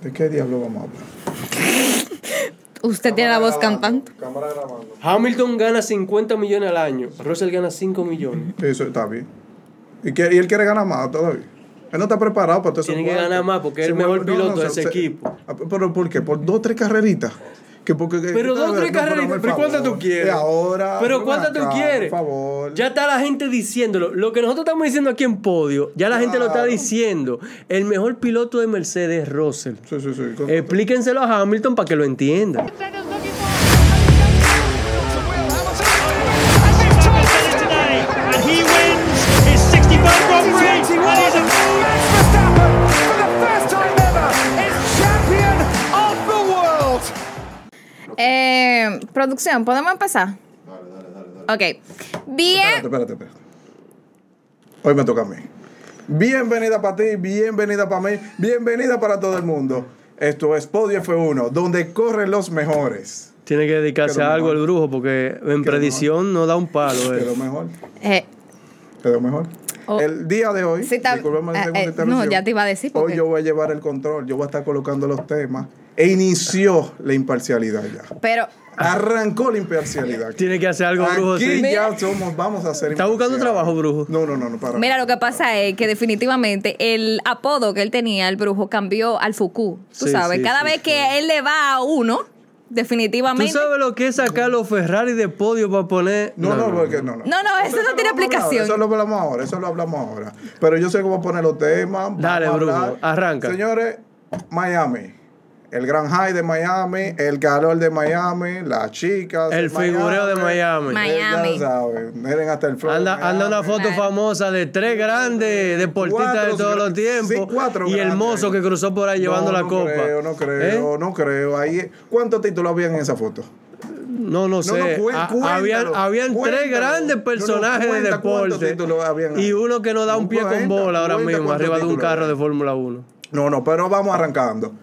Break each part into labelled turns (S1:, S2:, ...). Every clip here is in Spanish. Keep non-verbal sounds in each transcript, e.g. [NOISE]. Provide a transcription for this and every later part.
S1: ¿De qué diablo vamos a hablar?
S2: Usted tiene la voz cantante.
S1: Cámara grabando.
S3: Hamilton gana 50 millones al año. Russell gana 5 millones.
S1: Eso está bien. ¿Y, que- y él quiere ganar más todavía. Él no está preparado para todo eso.
S3: Tiene que ganar más porque es el mejor piloto de ese equipo.
S1: Ah, ¿Pero por qué? ¿Por dos tres carreritas? Que porque, que-
S3: Pero dos o
S1: no,
S3: tres
S1: no,
S3: carreritas.
S1: por
S3: ¿Pero cuántas tú
S1: favor.
S3: quieres?
S1: Y ahora.
S3: ¿Pero
S1: ven
S3: cuántas tú
S1: acá,
S3: quieres?
S1: Por favor.
S3: Ya está la gente diciéndolo. Lo que nosotros estamos diciendo aquí en podio, ya la gente lo está
S1: Claro.
S3: diciendo. El mejor piloto de Mercedes es Russell.
S1: Sí, sí, sí. con-
S3: Explíquenselo a Hamilton para que lo entienda.
S4: today, and he wins his 61st Grand Prix, and he's a
S5: Max Verstappen, for the first time ever, is champion of the world.
S2: Eh, producción, ¿podemos empezar? Ok.
S1: Espérate,
S2: Bien.
S1: espérate, espérate. Hoy me toca a mí. Bienvenida para ti, bienvenida para mí, bienvenida para todo el mundo. Esto es Podio F1, donde corren los mejores.
S3: Tiene que dedicarse
S1: Pero
S3: a algo
S1: mejor.
S3: el brujo porque en predicción no da un palo. eh.
S1: Quedó mejor,
S2: Eh,
S1: quedó mejor.
S2: Oh.
S1: El día de hoy,
S2: Sí, está-
S1: discúlpame la
S2: eh,
S1: segunda
S2: eh, no,
S1: interrupción.
S2: ya te iba a decir porque-
S1: Hoy yo voy a llevar el control, yo voy a estar colocando los temas. E inició la imparcialidad ya.
S2: pero
S1: Arrancó la imparcialidad.
S3: Tiene que hacer algo brujo.
S1: Aquí
S3: sí.
S1: ya somos, vamos a hacer.
S3: ¿Está buscando
S1: imparcial.
S3: trabajo, brujo?
S1: No, no, no, no, para.
S2: mira, lo que pasa es que definitivamente el apodo que él tenía, el brujo, cambió al Fuku. Tú
S3: Sí,
S2: sabes,
S3: sí,
S2: cada
S3: sí,
S2: vez
S3: sí.
S2: que él le va a uno,
S3: ¿Tú
S2: definitivamente.
S3: sabes lo que es sacar los Ferrari de podio para poner?
S1: No, no, porque no, no.
S2: No, no, eso no tiene
S1: lo hablamos ahora,
S2: aplicación.
S1: Eso lo hablamos ahora, eso lo hablamos ahora. Pero yo sé cómo poner los temas. vamos
S3: Dale,
S1: a
S3: Bruno,
S1: hablar.
S3: arranca.
S1: Señores, Miami. El Gran High de Miami, el calor de Miami, las chicas. de
S3: El figureo de Miami.
S2: Miami.
S1: Eh, Ya saben, miren hasta el flow. de
S3: Anda, anda una
S1: Miami.
S3: foto
S2: Claro.
S3: famosa de tres grandes deportistas
S1: Cuatro
S3: de todos los
S1: grandes, sí,
S3: tiempos
S1: cuatro
S3: y el
S1: grandes.
S3: mozo que cruzó por ahí llevando
S1: No,
S3: la
S1: no
S3: copa.
S1: Creo, no creo,
S3: ¿Eh?
S1: no creo. Ahí, ¿Cuántos títulos habían en esa foto?
S3: No, no
S1: no,
S3: sé.
S1: cuen-
S3: Ha-
S1: cuéntalo,
S3: habían habían tres
S1: cuéntalo.
S3: grandes
S1: No, no,
S3: personajes de
S1: cuenta cuántos
S3: deporte
S1: títulos habían ahí.
S3: y uno que no da un pie con
S1: Cuenta,
S3: bola ahora
S1: cuenta
S3: mismo
S1: cuántos
S3: arriba de un
S1: títulos
S3: carro
S1: habían.
S3: de Fórmula 1.
S1: No, no, pero vamos arrancando.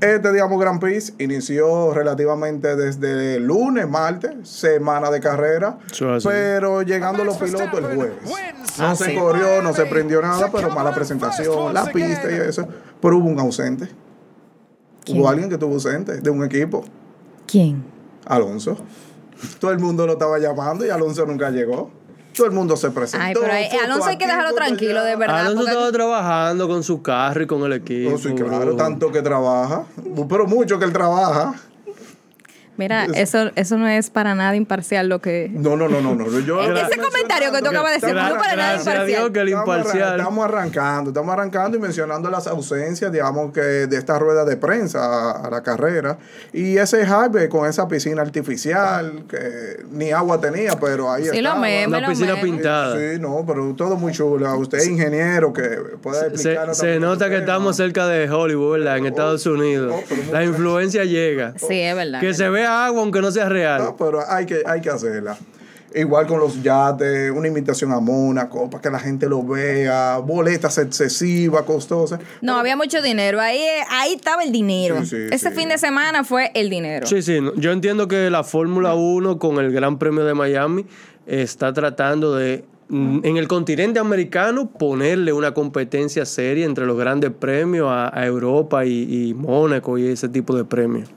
S1: Este, digamos, Grand Prix inició relativamente desde el lunes, martes, semana de carrera,
S3: Eso es así. Ah,
S1: pero llegando los pilotos el jueves. No se corrió, no se prendió nada, pero mala presentación, la pista y eso. Pero hubo un ausente.
S2: ¿Quién?
S1: Hubo alguien que estuvo ausente de un equipo,
S2: ¿Quién?
S1: Alonso. Todo el mundo lo estaba llamando y Alonso nunca llegó. Todo el mundo se presentó.
S2: Ay, pero eh,
S1: foto
S2: Alonso hay que
S1: aquí,
S2: dejarlo
S1: foto
S2: tranquilo,
S1: allá.
S2: de verdad.
S3: Alonso
S2: porque-
S3: estaba trabajando con su carro y con el equipo.
S1: No, Oh, sí, claro,
S3: bro.
S1: tanto que trabaja, pero mucho que él trabaja.
S2: Mira, eso, eso no es para nada imparcial lo que.
S1: No, no, no, no, no. Yo
S2: Ese
S1: Estamos
S2: comentario que tú
S1: mencionando
S2: acabas de decir
S1: Gra-
S2: no para nada
S3: gracias a Dios
S2: imparcial.
S3: que el
S1: estamos arran-
S3: imparcial.
S1: Estamos arrancando, estamos arrancando y mencionando las ausencias, digamos, que de esta rueda de prensa a, a la carrera. Y ese hype con esa piscina artificial, que ni agua tenía, pero ahí
S2: Sí, lo
S1: estaba.
S2: meme,
S3: Una
S2: lo
S3: piscina
S2: meme.
S3: pintada.
S1: Sí, no, pero todo muy chulo. Usted es ingeniero que puede
S3: Se,
S1: explicarnos
S3: se
S1: también este
S3: nota que
S1: tema.
S3: estamos cerca de Hollywood, ¿verdad? En Estados Unidos.
S1: oh, pero
S3: La
S1: muchas-
S3: influencia llega.
S2: Sí, es verdad.
S3: Que se vea agua aunque no sea real.
S1: No, pero hay que, hay que hacerla. Igual con los yates, una invitación a Mónaco para que la gente lo vea, boletas excesivas, costosas.
S2: No, había mucho dinero. Ahí, ahí estaba el dinero.
S1: Sí, sí,
S2: Ese
S1: sí.
S2: fin de semana fue el dinero.
S3: Sí, sí. no, Yo entiendo que la Fórmula 1 con el Gran Premio de Miami está tratando de, mm, en el continente americano, ponerle una competencia seria entre los grandes premios a, a Europa y, y Mónaco y ese tipo de premios.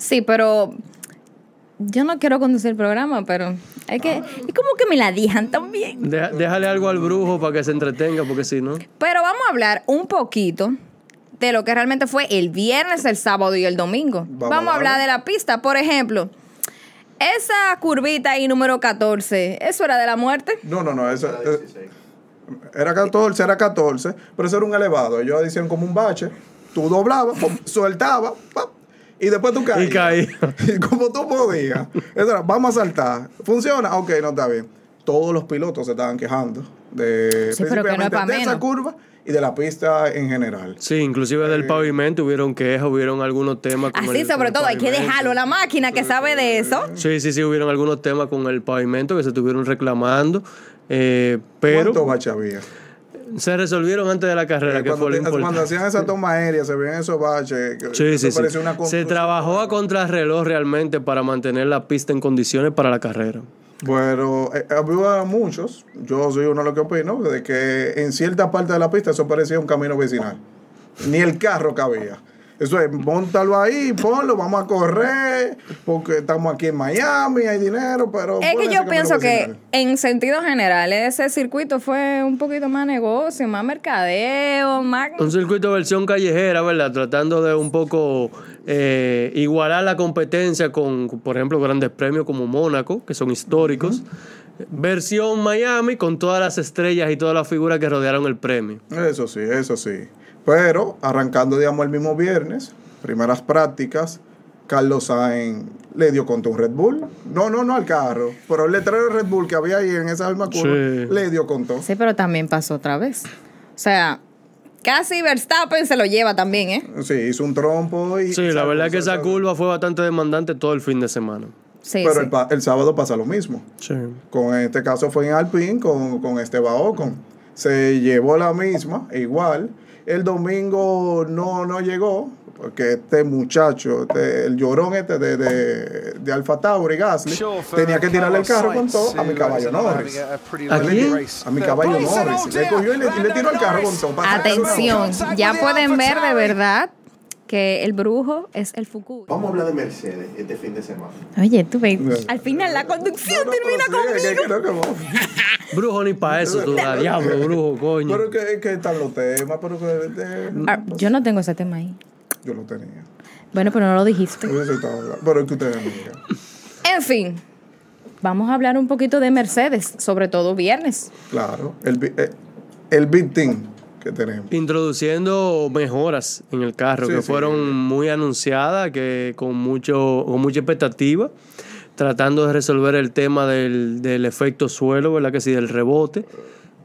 S2: Sí, pero yo no quiero conducir el programa, pero es que es como que me la dijan también.
S3: Deja- déjale algo al brujo para que se entretenga, porque si no...
S2: Pero vamos a hablar un poquito de lo que realmente fue el viernes, el sábado y el domingo. Vamos,
S1: Vamos
S2: a
S1: a
S2: hablar
S1: ver.
S2: de la pista, por ejemplo. Esa curvita ahí número 14, ¿eso era de la muerte?
S1: No, no, no, eso. eh, Era 14, era 14, pero eso era un elevado. Ellos decían como un bache. Tú doblabas, pum, soltabas, pap, y después tú caías.
S3: Y caía.
S1: [LAUGHS] Y como tú podías. Eso era, vamos a saltar. ¿Funciona? Ok, no está bien. Todos los pilotos se estaban quejando de,
S2: Sí, pero que no es
S1: principalmente
S2: pa'
S1: de
S2: menos.
S1: esa curva y de la pista en general.
S3: Sí, inclusive del pavimento hubieron quejas, hubieron algunos temas. con
S2: Así
S3: el- con
S2: Eh. Ah, sobre
S3: el
S2: todo, hay que
S3: pavimento.
S2: dejarlo a la máquina que sabe de eso.
S3: Sí, sí, sí, hubieron algunos temas con el pavimento que se estuvieron reclamando, eh, pero
S1: ¿Cuántos baches había? Eh,
S3: se resolvieron antes de la
S2: Eh,
S3: carrera, que
S1: cuando,
S3: fue lo
S1: te- cuando
S3: importante.
S1: hacían esa toma aérea, se veían esos baches. que-
S3: Sí,
S1: eso
S3: sí, sí.
S1: parecía una
S3: Se
S1: construcción.
S3: trabajó a contrarreloj realmente para mantener la pista en condiciones para la carrera.
S1: Bueno, eh, había muchos, yo soy uno de los que opino, de que en cierta parte de la pista eso parecía un camino vecinal. Ni el carro cabía. Eso es, montalo ahí, ponlo, vamos a correr, porque estamos aquí en Miami, hay dinero, pero...
S2: Es que
S1: ponle
S2: yo
S1: ese
S2: pienso
S1: camino
S2: que
S1: vecinal.
S2: en sentido general ese circuito fue un poquito más negocio, más mercadeo, más...
S3: Un circuito versión callejera, ¿verdad? Tratando de un poco eh, igualar la competencia con, por ejemplo, grandes premios como Mónaco, que son históricos. Versión Miami con todas las estrellas y todas las figuras que rodearon el premio.
S1: Eso sí, eso sí. Pero arrancando, digamos, el mismo viernes, primeras prácticas, Carlos Sainz le dio contra un Red Bull. No, no, no al carro, pero el letrero de Red Bull que había ahí en esa misma curva
S3: Sí.
S1: le dio con todo.
S2: Sí, pero también pasó otra vez. O sea, casi Verstappen se lo lleva también, ¿eh?
S1: Sí, hizo un trompo y...
S3: Sí, la verdad es que
S1: se
S3: esa curva fue bastante demandante todo el fin de semana.
S2: Sí,
S1: Pero
S2: sí.
S1: el, pa- el sábado pasa lo mismo.
S3: Sí.
S1: Con en este caso fue en Alpine con, con Esteban Ocon. Se llevó la misma, igual. El domingo no, no llegó, porque este muchacho, este- el llorón este de, de, de Alfa Tauri, Gasly, tenía que tirarle el carro con todo a mi caballo Norris.
S3: ¿A quién?
S1: A mi caballo Norris. Le cogió y le, y le tiró el carro con todo. para sacarle una
S5: Atención.
S2: Atención, ya pueden ver de verdad que el brujo es el Fuku.
S6: Vamos a hablar de Mercedes este fin de semana.
S2: Oye, tú ves,
S1: No.
S2: al final la conducción
S1: No, no,
S2: termina
S1: pero sí, es que
S2: conmigo.
S1: creo que vamos.
S3: Brujo ni
S1: [LAUGHS]
S3: para eso, tú da diablo, brujo, coño.
S1: Pero que, que están los temas, pero que... de-
S2: Ah, yo no tengo ese tema ahí.
S1: yo lo tenía.
S2: Bueno, pero no lo dijiste.
S1: Eso estaba- Pero es que ustedes no miran.
S2: En fin, vamos a hablar un poquito de Mercedes, sobre todo viernes.
S1: Claro, el, bi- eh, el Big Team que tenemos.
S3: Introduciendo mejoras en el carro
S1: Sí,
S3: que
S1: sí.
S3: fueron muy anunciadas, que con mucho, con mucha expectativa, tratando de resolver el tema del, del efecto suelo, ¿verdad? Que sí, del rebote.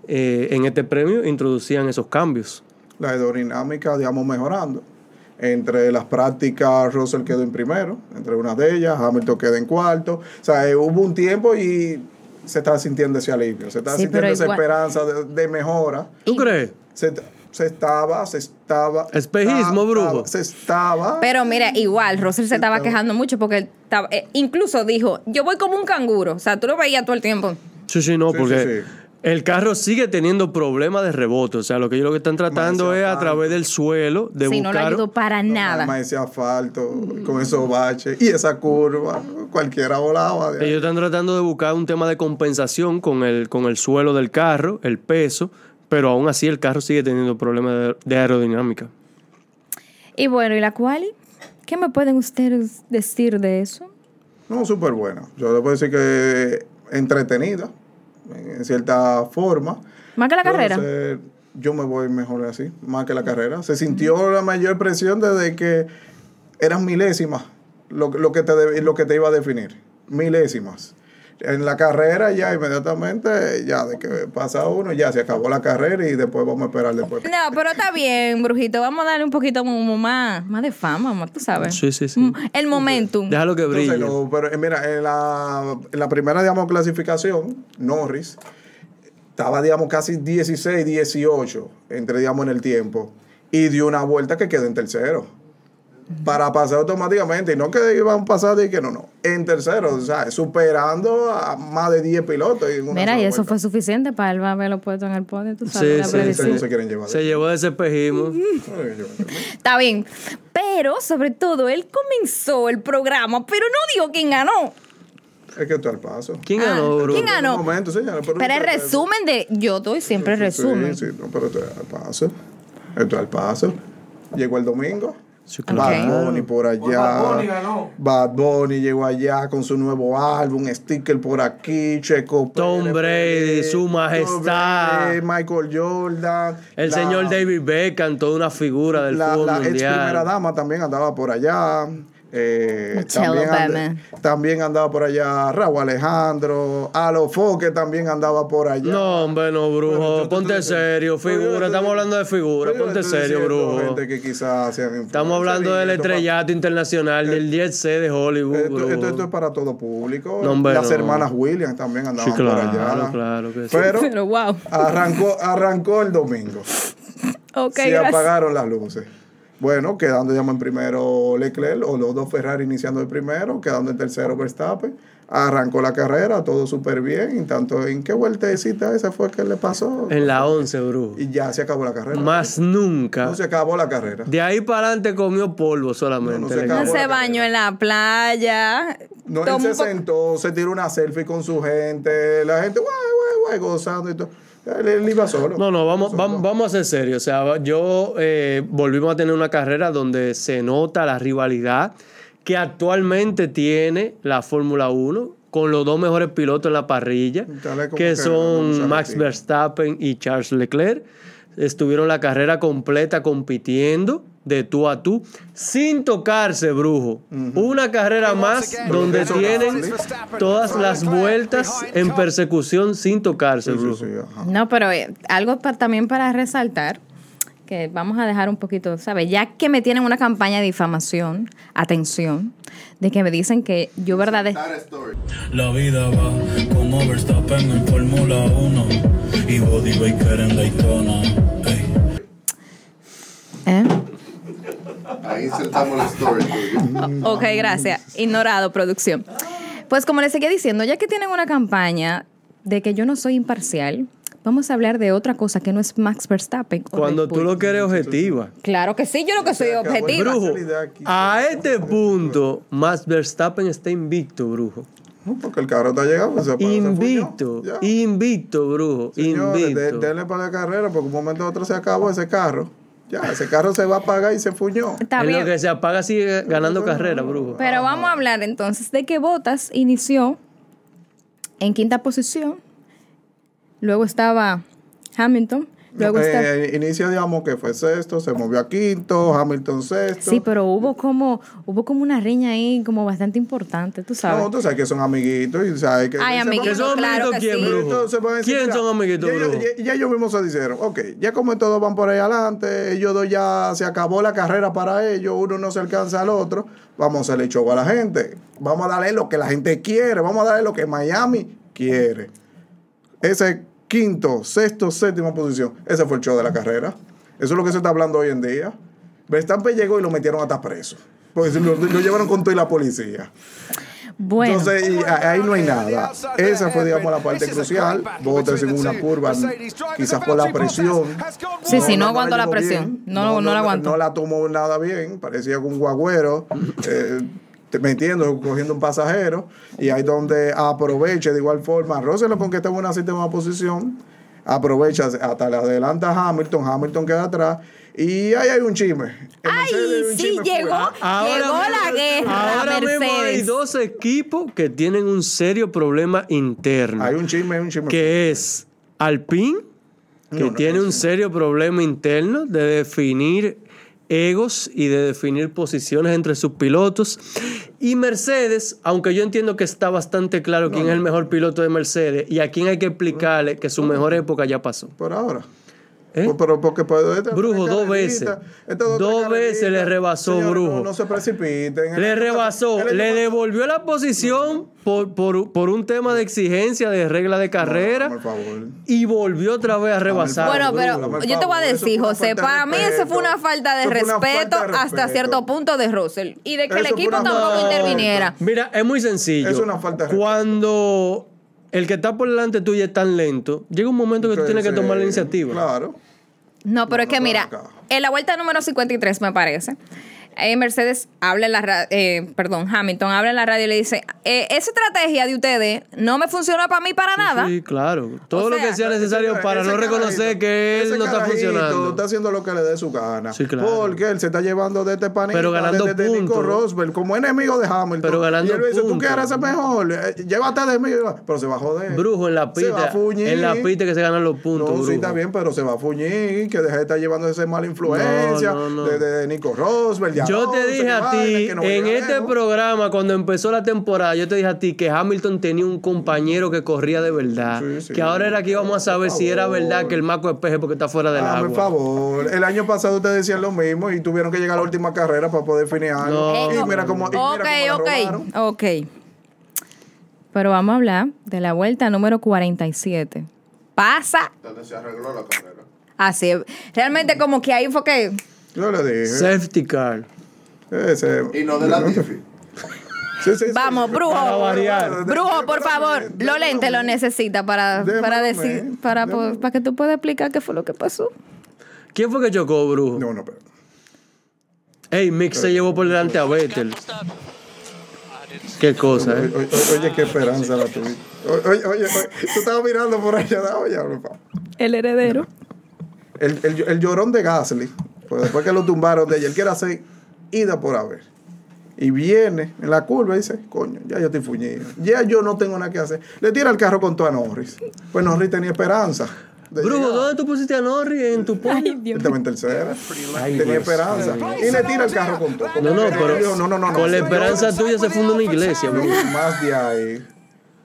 S3: Eh, en este premio introducían esos cambios.
S1: La aerodinámica, digamos, mejorando. Entre las prácticas, Russell quedó en primero, entre una de ellas, Hamilton quedó en cuarto. O sea, eh, hubo un tiempo y se está sintiendo ese alivio, se está
S2: Sí,
S1: sintiendo
S2: pero
S1: esa
S2: igual-
S1: esperanza de, de mejora.
S3: ¿Tú
S2: Y-
S3: crees?
S1: Se, se estaba, se estaba.
S3: Espejismo,
S1: estaba-
S3: brujo.
S1: Se estaba.
S2: Pero mira, igual, Russell se estaba
S1: estaba-
S2: quejando mucho porque él estaba- eh, incluso dijo, yo voy como un canguro. O sea, tú lo veías todo el tiempo.
S3: Sí, sí, no,
S1: Sí,
S3: porque
S1: sí, sí.
S3: el carro sigue teniendo problemas de rebote. O sea, lo que ellos lo que están tratando
S1: Demasiado
S3: es a
S1: tanto.
S3: través del suelo de
S2: Sí, no lo
S3: buscar.
S2: ayudó para nada.
S1: Más ese asfalto, con esos baches y esa curva, cualquiera volaba. de ahí.
S3: Ellos están tratando de buscar un tema de compensación con el, con el suelo del carro, el peso, pero aún así el carro sigue teniendo problemas de, de aerodinámica.
S2: Y bueno, ¿y la quali? ¿Qué me pueden ustedes decir de eso?
S1: No, súper buena. Yo le puedo decir que entretenida, en cierta forma.
S2: Más que la carrera.
S1: Entonces, yo me voy mejor así, más que la carrera. Se sintió la mayor presión desde que eran milésimas lo, lo que te, deb- lo que te iba a definir. Milésimas. En la carrera ya inmediatamente, ya de que pasa uno, ya se acabó la carrera y después vamos a esperar después.
S2: No, pero está bien, brujito. Vamos a darle un poquito mu- más, más de fama, más, tú sabes.
S3: Sí, sí, sí.
S2: Mm, El momentum.
S3: Déjalo que brille.
S1: Entonces, no, pero eh, mira, en la, en la primera, digamos, clasificación, Norris estaba, digamos, casi 16, 18, entre, digamos, en el tiempo, y dio una vuelta que quedó en tercero. Para pasar automáticamente, y no que iban a pasar de que no, no, en tercero, o sea, superando a más de 10 pilotos. en una
S2: Mira,
S1: sola
S2: y eso fue
S1: vuelta.
S2: suficiente para él haberlo puesto en el podio, tú
S3: Sí,
S2: sabes.
S3: sí,
S2: la predicción.
S1: sí. no se quieren llevar.
S3: Se llevó de ese espejismo.
S1: Ay, yo-
S2: Está bien. Pero, sobre todo, él comenzó el programa, pero no digo quién ganó.
S1: Es que estoy al paso.
S3: ¿Quién
S2: Ah,
S3: ganó, bro?
S2: ¿quién ganó?
S1: Un momento, señora,
S2: Pero el resumen de... Yo doy siempre el resumen.
S1: Sí, sí, no, pero estoy al paso. Estoy al paso. Llegó el domingo.
S3: Sí,
S1: Bad
S3: claro.
S1: Bunny por allá.
S6: Pues Bad Bunny ganó.
S1: Bad Bunny llegó allá con su nuevo álbum, sticker por aquí, Checo
S3: Tom
S1: Pérez,
S3: Brady,
S1: Pérez,
S3: su
S1: Tom
S3: majestad.
S1: Brady, Michael Jordan.
S3: El
S1: la-
S3: señor David Beckham, toda una figura del
S1: la,
S3: fútbol
S1: la ex primera
S3: mundial.
S1: dama también andaba por allá. Eh,
S2: Michelle
S1: también, and-
S2: Obama.
S1: también andaba por allá Raúl Alejandro, Alofo que también andaba por allá.
S3: No, hombre, no, brujo. Ponte serio, figura. Estamos hablando de figura.
S1: Pero yo
S3: Ponte
S1: estoy
S3: serio,
S1: diciendo
S3: brujo.
S1: gente que quizás sean
S3: Estamos
S1: influencers
S3: hablando
S1: y
S3: del
S1: esto pa- Eh,
S3: estrellato internacional, del jet set de Hollywood,
S1: Esto, esto- esto
S3: brujo.
S1: es para todo público.
S3: No, hombre,
S1: Las
S3: no.
S1: hermanas Williams también andaban
S3: Sí, claro,
S1: por allá.
S3: claro que sí.
S1: Pero
S2: Pero, wow.
S1: arrancó, arrancó el domingo.
S2: Ok,
S1: se
S2: gracias.
S1: apagaron las luces. Bueno, quedando digamos, en primero Leclerc o los dos Ferrari iniciando el primero, quedando en tercero Verstappen. Arrancó la carrera, todo súper bien. Y tanto, ¿en qué vueltecita esa fue que le pasó?
S3: En la 11, brujo.
S1: Y ya se acabó la carrera.
S3: Eh, Más
S2: Ah.
S3: nunca.
S1: No se acabó la carrera.
S3: De ahí para adelante comió polvo solamente.
S1: No, no se
S3: le-
S2: No
S1: acabó.
S2: se bañó en la playa.
S1: No, él
S2: tomó
S1: se
S2: un po-
S1: sentó, se tiró una selfie con su gente, la gente, guay, guay, guay, gozando y todo. Él, él iba solo.
S3: No, no, vamos,
S1: Solo.
S3: vamos, vamos a ser serios. O sea, yo eh, volvimos a tener una carrera donde se nota la rivalidad que actualmente tiene la Fórmula 1 con los dos mejores pilotos en la parrilla,
S1: Tal vez como
S3: que
S1: que no se
S3: son Max
S1: retira.
S3: Verstappen y Charles Leclerc. Estuvieron la carrera completa compitiendo de tú a tú, sin tocarse, brujo. Una carrera más donde
S1: Eso no
S3: tienen
S1: es
S3: todas las vueltas en persecución sin tocarse,
S1: Sí, sí,
S3: brujo.
S1: sí, ajá.
S2: No, pero eh, algo pa- también para resaltar, que vamos a dejar un poquito, ¿sabes? Ya que me tienen una campaña de difamación, atención, de que me dicen que yo verdad
S6: That story.
S7: La vida va como Verstappen en Fórmula 1 y Body Baker en Daytona. Ey.
S2: ¿Eh?
S6: Ahí sentamos la story. tuya.
S2: Ok, gracias. Ignorado, producción. Pues como les seguía diciendo, ya que tienen una campaña de que yo no soy imparcial, vamos a hablar de otra cosa que no es Max Verstappen. o
S3: Cuando
S2: Red
S3: tú
S2: Bull.
S3: lo quieres objetiva.
S2: Claro que sí, yo lo que soy
S1: sea, que
S2: objetiva.
S1: bueno,
S3: Brujo, a este punto, Max Verstappen está invicto, brujo.
S1: No, porque el carro está llegado. pues, se paró, se
S3: Invicto,
S1: fuñó, ya.
S3: invicto, brujo,
S1: Señores, de-
S3: invicto.
S1: denle para la carrera, porque un momento u otro se acabó ese carro. Ya, ese carro se va a apagar y se fuñó.
S2: Está
S3: En lo
S2: bien.
S3: que se apaga sigue ganando carrera, brujo.
S2: Pero vamos a hablar entonces de que Botas inició en quinta posición. Luego estaba Hamilton. Luego estaba.
S1: Eh, inicia, digamos, que fue sexto, se movió a quinto, Hamilton sexto.
S2: Sí, pero hubo como, hubo como una riña ahí como bastante importante, tú sabes.
S1: No, tú sabes que son amiguitos y sabes que...
S2: Ay,
S1: se
S2: amiguitos.
S3: ¿Que son
S2: claro
S3: amiguitos
S2: que
S3: quién,
S2: sí.
S1: Pero
S3: brujo?
S1: entonces van a decir,
S3: ¿Quién
S1: mira,
S3: son amiguitos,
S1: ya,
S3: brujo?
S1: ya- ya ellos mismos se dijeron, ok, ya como todos van por ahí adelante, ellos dos ya se acabó la carrera para ellos, uno no se alcanza al otro, vamos a hacerle show a la gente, vamos a darle lo que la gente quiere, vamos a darle lo que Miami quiere. Ese quinto, sexto, séptima posición, ese fue el show de la carrera. Eso es lo que se está hablando hoy en día. Verstappen llegó y lo metieron hasta preso. Pues lo, lo llevaron con toda la policía.
S2: Bueno,
S1: Entonces, y a- ahí no hay nada. Esa fue, digamos, la parte crucial. Botas en una curva, quizás por la presión.
S2: Sí, sí, no aguantó la
S1: llegó
S2: presión. No, no, no la aguantó.
S1: No la tomó nada bien. Parecía un guagüero. eh, te- metiendo, cogiendo un pasajero. Y ahí donde aprovecha de igual forma. Russell con que está en una séptima posición. Aprovecha hasta le adelanta a Hamilton. Hamilton queda atrás. Y ahí hay un chisme. En
S2: ay,
S1: Mercedes hay un
S2: sí,
S1: chisme
S2: llegó,
S1: fuerte.
S2: llegó la
S3: mismo-
S2: guerra,
S3: ahora mismo hay
S2: Mercedes.
S3: dos equipos que tienen un serio problema interno.
S1: Hay un chisme, hay un chisme.
S3: que es Alpine, que tiene un serio problema interno de definir egos y de definir posiciones entre sus pilotos. Y Mercedes, aunque yo entiendo que está bastante claro quién es el mejor piloto de Mercedes y a quién hay que explicarle que su mejor época ya pasó.
S1: Por ahora.
S3: ¿Eh?
S1: Pues, Pero porque pues, esta-
S3: Brujo,
S1: esta
S3: dos veces.
S1: esta otra
S3: Dos veces
S1: carrerita.
S3: le rebasó,
S1: Señores,
S3: Brujo.
S1: No, no se precipiten.
S3: Le
S1: Él-
S3: rebasó,
S1: él- él-
S3: le devolvió la posición por, por- por un tema de exigencia de regla de carrera
S1: por favor.
S3: y volvió otra vez a rebasar.
S2: Bueno,
S1: Dame el
S2: pero
S1: favor,
S2: yo te voy a
S1: dame el
S2: decir,
S1: favor. Eso fue
S2: José,
S1: una falta
S2: para
S1: de
S2: mí eso fue una
S1: respeto.
S2: falta de
S1: Eso fue una falta
S2: respeto
S1: de
S2: hasta
S1: respeto.
S2: cierto punto de Russell y de que el
S1: Eso fue
S2: equipo
S1: una
S2: tampoco
S1: falta de
S2: interviniera.
S3: Mira, es muy sencillo.
S1: Es una falta de respeto.
S3: Cuando el que está por delante tuyo es tan lento, llega un momento que tú tienes que
S1: Entonces,
S3: tomar la iniciativa.
S1: Claro.
S2: No, pero es que
S1: no,
S2: mira,
S1: acá.
S2: en la vuelta número 53 me parece, eh, Mercedes habla en la ra- eh, perdón, Hamilton habla en la radio y le dice, eh, esa estrategia de ustedes no me funciona para mí para nada.
S3: Sí, claro. Todo
S2: O
S3: lo que
S2: sea,
S3: sea necesario
S1: Señores,
S3: para
S1: ese
S3: no reconocer
S1: carajito-
S3: que él
S1: ese
S3: no está
S1: carajito
S3: funcionando.
S1: Está haciendo lo que le dé su gana.
S3: Sí, claro.
S1: Porque él se está llevando de este panita,
S3: Pero ganando
S1: de, de- de Nico
S3: puntos.
S1: Rosberg, como enemigo de Hamilton.
S3: Pero ganando
S1: y él le dice, tú
S3: puntos.
S1: quieres ser mejor, eh, llévate de mí. Pero se va a joder.
S3: Brujo en la
S1: Se va a
S3: pista.
S1: fuñir.
S3: En la pista que se ganan los
S1: No,
S3: puntos. brujo.
S1: sí, está bien, pero se va a fuñir, que deje de estar llevando esa mala influencia
S3: No, no, no.
S1: De, de Nico Rosberg. ya
S3: Yo
S1: no,
S3: te
S1: se
S3: dije a
S1: vaina,
S3: ti,
S1: que no
S3: en
S1: llega
S3: este
S1: lejos.
S3: programa, cuando empezó la temporada, yo te dije a ti que Hamilton tenía un compañero que corría de verdad.
S1: Sí, sí.
S3: que ahora era que íbamos a saber si era
S1: favor.
S3: verdad que el Maco es peje porque está fuera del
S1: Ah,
S3: agua.
S1: por favor. El año pasado ustedes decían lo mismo y tuvieron que llegar a la última carrera para poder definir algo.
S3: No.
S1: Y mira cómo. y mira
S2: Ok,
S1: cómo la robaron.
S2: ok, ok. Pero vamos a hablar de la vuelta número 47. Pasa
S6: Donde se arregló la carrera.
S2: así. Realmente como que ahí fue que
S1: Yo le dije.
S3: Safety car.
S1: Ese-
S6: Y no de
S1: [LAUGHS]
S6: la Tiffy.
S1: Sí, sí, sí.
S2: Vamos,
S3: Para
S2: brujo.
S3: variar.
S2: Brujo, por favor, lo lente lo necesita para,
S1: Déjame
S2: para
S1: ver,
S2: decir, para, po-
S1: déjame.
S2: para que tú puedas explicar qué fue lo que pasó.
S3: ¿Quién fue que chocó, brujo?
S1: No, no, pero.
S3: Ey, Mick se llevó por delante a Vettel. Qué cosa,
S1: Oye,
S3: eh.
S1: oye, oye, qué esperanza la tuya. Oye, oye, oye, oye, tú estabas mirando por allá. Oye, hablo, pa.
S2: El heredero.
S1: El, el, el llorón de Gasly, pues después que lo tumbaron de ayer, quiere hacer ida por haber. Y viene en la curva y dice, coño, ya yo estoy fuñido. Ya yo no tengo nada que hacer. Le tira el carro con toda Norris. Pues Norris tenía esperanza. de
S3: Brujo,
S1: llegar.
S3: ¿dónde tú pusiste a Norris en tu podio?
S1: Él estaba en tercera. tenía esperanza. Y le tira el carro con todo.
S3: No, no, pero
S1: Dijo, no, no, no, no.
S3: con la
S1: Yo-
S3: esperanza tuya se funda una iglesia,
S1: No,
S3: brujo.
S1: más de ahí.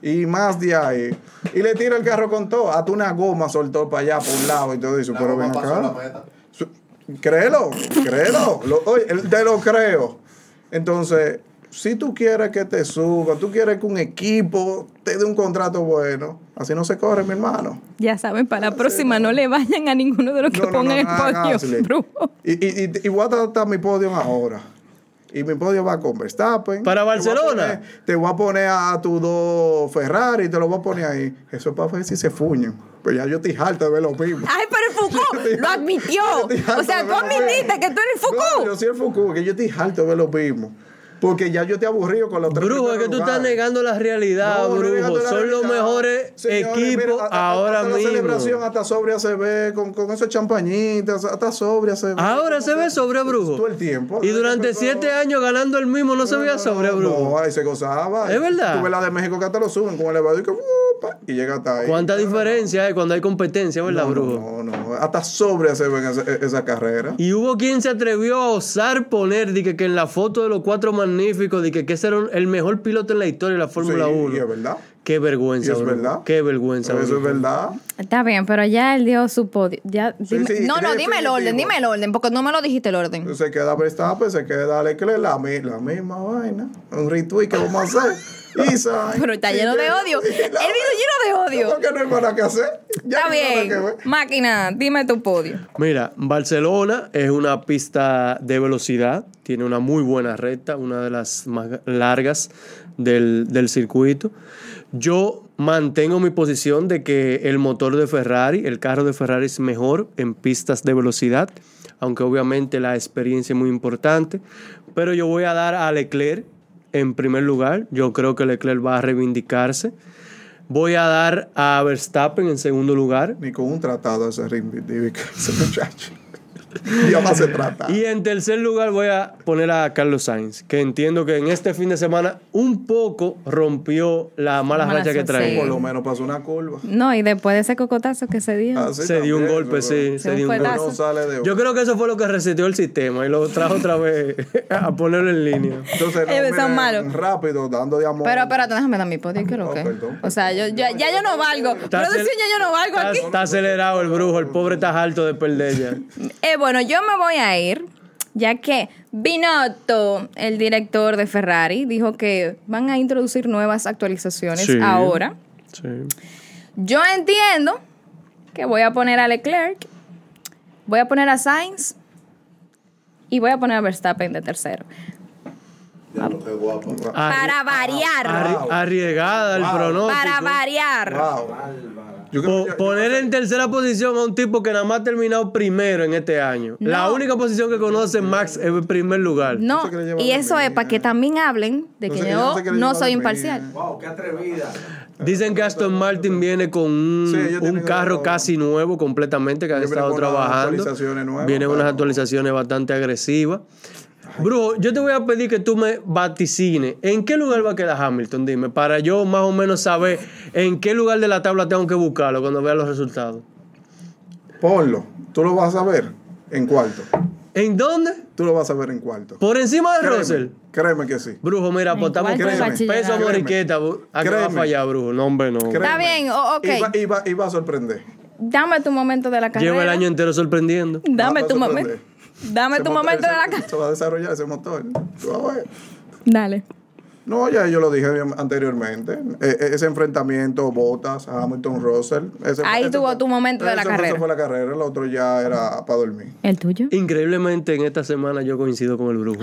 S1: Y más de ahí. Y le tira el carro con todo. Hasta una goma soltó para allá, por un lado. Y todo eso.
S6: La
S1: Pero
S6: goma
S1: ven
S6: pasó
S1: acá.
S6: la meta.
S1: Su- Créelo, créelo. Lo- oye, el- te lo creo. Entonces, si tú quieres que te suba, tú quieres que un equipo te dé un contrato bueno, así no se corre, mi hermano.
S2: Ya saben, para la próxima no le vayan a ninguno de los [LAUGHS] que
S1: No, no, no,
S2: pongan el
S1: nada,
S2: podio, [LAUGHS]
S1: Gasly.
S2: brujo.
S1: Y, y, y, y voy a tratar mi podio ahora. Y mi podio va con Verstappen.
S3: ¿Para
S1: Te voy a
S3: Barcelona?
S1: poner- Te voy a poner a tus dos Ferrari y te lo voy a poner ahí. Eso es para ver si se fuñen. Pues ya yo estoy harto de ver lo mismo.
S2: Ay, pero
S1: [LAUGHS]
S2: el Foucault lo admitió. O sea, tú admitiste que tú eres
S1: No,
S2: el
S1: yo
S2: Foucault.
S1: soy el Foucault, que yo estoy harto de ver lo mismo. Porque ya yo te aburrido con los tres.
S3: Brujo, es
S1: primeros
S3: que tú estás
S1: lugares.
S3: negando la realidad,
S1: No, no
S3: brujo.
S1: negando la
S3: Son los
S1: realidad.
S3: mejores
S1: Señores,
S3: equipos
S1: mira, hasta-
S3: ahora
S1: hasta La celebración
S3: mismo.
S1: hasta sobria se ve, con, con esos champañitas, hasta sobria se ve.
S3: Ahora
S1: Como
S3: se
S1: que-
S3: ve sobre brujo.
S1: Todo el tiempo.
S3: Y durante
S1: Empezó-
S3: siete años ganando el mismo no se
S1: No,
S3: veía
S1: no,
S3: sobre
S1: no, No,
S3: brujo.
S1: ahí se gozaba.
S3: Es verdad.
S1: Tú ves la de México que hasta lo suben con el elevador y que. uh, pa, y llega hasta ahí.
S3: Cuánta diferencia eh, cuando hay competencia, ¿verdad,
S1: no,
S3: brujo?
S1: no, no, no. Hasta sobria se ven esa, esa carrera.
S3: Y hubo quien se atrevió a osar poner de que, que en la foto de los cuatro magníficos, de que, que ese era el mejor piloto en la historia de la Fórmula
S1: Sí,
S3: 1.
S1: Y es verdad.
S3: Qué
S1: Y
S3: vergüenza,
S1: es
S3: brujo.
S1: verdad.
S3: Qué vergüenza,
S1: Eso es
S3: brujo.
S1: verdad.
S2: Está bien, pero ya él dio su podio. Ya,
S1: sí,
S2: dime-
S1: Pues,
S2: no, no, dime el
S1: definitivo.
S2: orden, dime el orden, porque no me lo dijiste el orden.
S1: Se queda Verstappen, se queda Leclerc, la, mi- la misma vaina. Un retweet que vamos a
S2: [LAUGHS]
S1: hacer. Y Sainz.
S2: [LAUGHS] Pero está lleno de
S1: [LAUGHS]
S2: odio.
S1: Y la-
S2: Él vino lleno de odio.
S1: Porque no hay para qué hacer. Ya
S2: Está
S1: no hay nada
S2: bien.
S1: que ver.
S2: Máquina, dime tu podio.
S3: Mira, Barcelona es una pista de velocidad, tiene una muy buena recta, una de las más largas del, del circuito. Yo mantengo mi posición de que el motor de Ferrari, el carro de Ferrari es mejor en pistas de velocidad, aunque obviamente la experiencia es muy importante, pero yo voy a dar a Leclerc en primer lugar, yo creo que Leclerc va a reivindicarse. Voy a dar a Verstappen en segundo lugar,
S1: Ni con un tratado ese ritmo, digo, que ese muchacho. [LAUGHS] Ya más se trata.
S3: Y en tercer lugar voy a poner a Carlos Sainz, que entiendo que en este fin de semana un poco rompió la mala,
S2: Mala
S3: racha que
S2: suerte,
S3: traía.
S1: Por lo menos pasó una curva.
S2: No, y después de ese cocotazo que se dio.
S1: Así
S3: Se dio un
S1: también, pero
S3: golpe, sí.
S2: Se
S3: Se dio un
S2: fue
S3: golpe.
S2: tazo.
S1: No sale de
S3: Yo creo que eso fue lo que reseteó el sistema y lo trajo otra vez [LAUGHS] a ponerlo en línea.
S2: [LAUGHS]
S1: Entonces, no,
S2: Ellos son
S1: miren,
S2: malos.
S1: Rápido, dando de amor.
S2: Pero espérate, déjame dar mi podio, ¿qué es lo
S1: Ah,
S2: que?
S1: perdón.
S2: O sea, yo, ya, ya yo no valgo.
S3: Está acel-
S2: Producción, ya yo no valgo
S3: está-
S2: aquí.
S3: Está acelerado el brujo, el pobre está harto de perder ya.
S2: Eh, bueno, yo me voy a ir, ya que Binotto, el director de Ferrari, dijo que van a introducir nuevas actualizaciones
S3: Sí.
S2: ahora.
S3: Sí.
S2: Yo entiendo que voy a poner a Leclerc, voy a poner a Sainz y voy a poner a Verstappen de tercero.
S6: Ya lo que guapo.
S2: Para variar.
S3: Arri- Arriesgada el pronóstico.
S2: Para variar.
S1: Wow. Yo creo
S3: Po-
S1: que- yo-
S3: poner en tercera posición a un tipo que nada más ha terminado primero en este año. La
S2: No.
S3: única posición que conoce Max es el primer lugar.
S2: No,
S1: se quiere llevar
S2: y
S1: la
S2: eso es
S1: mía.
S2: para que también hablen de que
S1: Entonces,
S2: yo
S1: ella se quiere
S2: no
S1: llevar la
S2: soy
S1: mía.
S2: imparcial.
S3: Dicen que Aston Martin viene con un,
S1: Sí, ellos tienen
S3: un carro
S1: algo-
S3: casi nuevo completamente que han
S1: Ellos
S3: estado
S1: vienen con unas
S3: trabajando.
S1: actualizaciones nuevas,
S3: Vienen unas
S1: pero-
S3: actualizaciones bastante agresivas. Brujo, yo te voy a pedir que tú me vaticines. ¿En qué lugar va a quedar Hamilton? Dime, para yo más o menos saber en qué lugar de la tabla tengo que buscarlo cuando vea los resultados.
S1: Ponlo. Tú lo vas a ver en cuarto.
S3: ¿En dónde?
S1: Tú lo vas a ver en cuarto.
S3: Por encima de
S1: Créeme,
S3: Russell.
S1: Créeme que sí.
S3: Brujo, mira, apostamos
S2: cuarto
S1: de
S3: con peso a
S1: bachillerato.
S3: Moriqueta. bu- ¿A qué va a
S1: Créeme.
S3: fallar, Brujo? No, hombre, no.
S1: Créeme.
S2: Está bien, o- ok.
S1: Y va, y va- y va a sorprender.
S2: Dame tu momento de la carrera.
S3: Lleva el año entero sorprendiendo.
S2: Dame
S1: Va a
S2: tu
S1: sorprender.
S2: momento. Dame
S1: Ese
S2: tu
S1: motor-
S2: momento de
S1: ese-
S2: la carrera.
S1: Se va a desarrollar ese motor. Tú vas a ver.
S2: Dale.
S1: No, ya yo lo dije anteriormente. E- e- ese enfrentamiento, Bottas, Hamilton, Russell. ese-
S2: Ahí
S1: ese
S2: tuvo
S1: fue-
S2: tu momento de la
S1: ese- ese
S2: carrera.
S1: fue la carrera, el otro ya era para dormir.
S2: ¿El tuyo?
S3: Increíblemente en esta semana yo coincido con el brujo.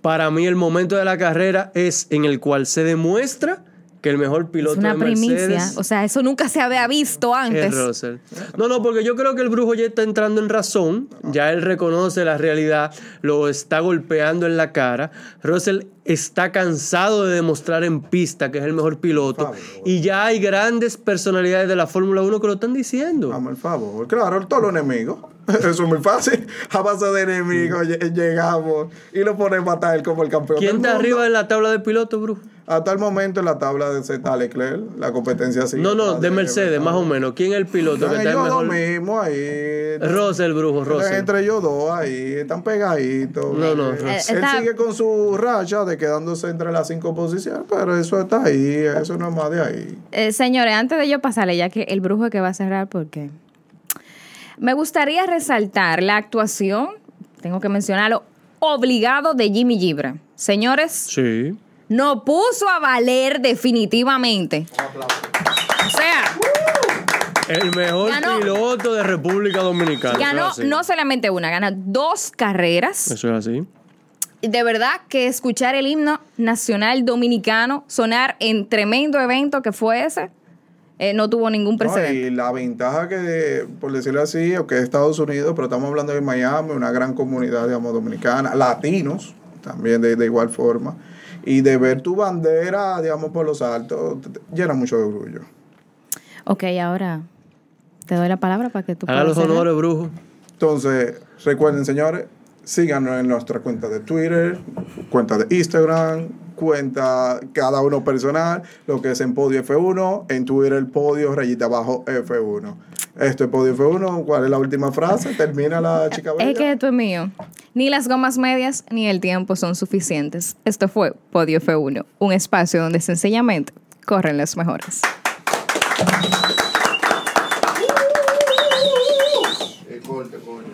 S3: Para mí el momento de la carrera es en el cual se demuestra que el mejor
S2: Es
S3: piloto
S2: una
S3: de
S2: primicia.
S3: Mercedes
S2: O sea, eso nunca se había visto
S3: es
S2: antes.
S3: Russell. No, no, porque yo creo que el brujo ya está entrando en razón, ya él reconoce la realidad, lo está golpeando en la cara. Russell está cansado de demostrar en pista que es el mejor piloto y ya hay grandes personalidades de la Fórmula 1 que lo están diciendo.
S1: Vamos, el favor. Claro, todos los enemigos. [LAUGHS] Eso es muy fácil. A base de enemigos lle- llegamos y lo ponemos a tal como el campeón.
S3: ¿Quién
S1: del
S3: está
S1: mundo.
S3: arriba en la tabla de pilotos, brujo?
S1: Hasta el momento en la tabla de Z Leclerc, la competencia sigue. eh,
S3: No, no,
S1: La
S3: de Mercedes, más o menos. ¿Quién es el piloto que
S1: Están
S3: está el
S1: ellos dos
S3: mejor?
S1: mismos ahí.
S3: Russell, brujo,
S1: Están
S3: Russell.
S1: entre ellos dos ahí, están pegaditos.
S3: No, no,
S1: Eh,
S3: Russell.
S1: Él
S2: Está-
S1: sigue con su racha de quedándose entre las cinco posiciones, pero eso está ahí, eso no es más de ahí.
S2: Eh, señores, antes de yo pasarle, ya que el brujo es que va a cerrar, porque me gustaría resaltar la actuación, tengo que mencionarlo, obligado de Jimmy Gibra. Señores,
S3: Sí.
S2: no puso a valer definitivamente. O sea,
S3: El mejor
S2: Ganó.
S3: piloto de República Dominicana.
S2: ganó
S3: Eso es así.
S2: no solamente una, gana dos carreras.
S3: Eso es así.
S2: de verdad que escuchar el himno nacional dominicano sonar en tremendo evento que fue ese, eh, no tuvo ningún
S1: No,
S2: precedente.
S1: y la ventaja que, por decirlo así, o que es Estados Unidos, pero estamos hablando de Miami, una gran comunidad, digamos, dominicana, latinos también de, de igual forma, y de ver tu bandera, digamos, por los altos, te- te llena mucho de orgullo.
S2: Ok, ahora te doy la palabra para que tú ¿eh?
S3: Haga los
S2: cerrar.
S3: honores, brujo.
S1: Entonces, recuerden, señores, síganos en nuestra cuenta de Twitter, cuenta de Instagram, cuenta cada uno personal, lo que es en Podio F1, en Twitter Podio rayita abajo F1. Esto es Podio F1, ¿cuál es la última frase? Termina la chica bella.
S2: Es que esto es mío. Ni las gomas medias ni el tiempo son suficientes. Esto fue Podio F1, un espacio donde sencillamente corren las mejores.
S6: Eh, corte, coño.